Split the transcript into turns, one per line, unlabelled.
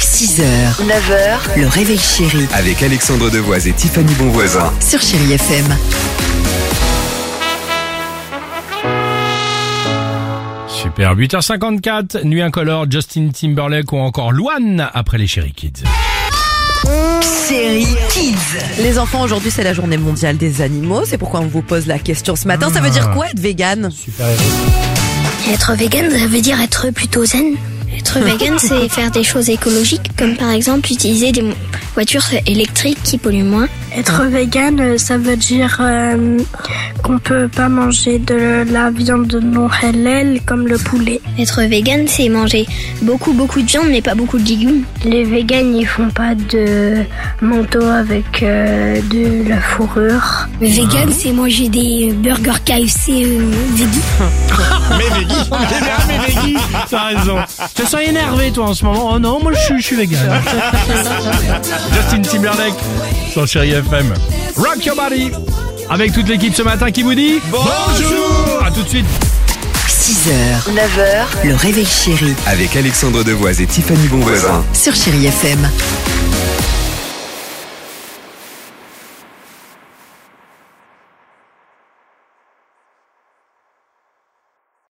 6h, 9h, le réveil chéri
Avec Alexandre Devoise et Tiffany Bonvoisin.
sur Chéri FM.
Super, 8h54, Nuit Incolore, Justin Timberlake ou encore Luan après les Chéri Kids.
Chéri Kids.
Les enfants, aujourd'hui c'est la journée mondiale des animaux, c'est pourquoi on vous pose la question ce matin. Ça veut dire quoi être vegan
Super
Être vegan, ça veut dire être plutôt zen. Être vegan, c'est faire des choses écologiques, comme par exemple utiliser des mo- voitures électriques qui polluent moins.
Être vegan, euh, ça veut dire euh, qu'on peut pas manger de la viande non halal comme le poulet.
Être vegan, c'est manger beaucoup, beaucoup de viande, mais pas beaucoup de légumes.
Les vegans, ils font pas de manteau avec euh, de la fourrure.
Vegan, c'est manger des burgers KFC végé.
mais Peggy, t'as raison. Tu te sens énervé toi en ce moment. Oh non, moi je suis, je suis vegan. Justin Timberlake sur Chéri FM. Rock Your Body avec toute l'équipe ce matin qui vous dit bonjour. À tout de suite.
6h, 9h, le réveil chéri
Avec Alexandre Devoise et Tiffany Bonvoisin.
sur Chéri FM.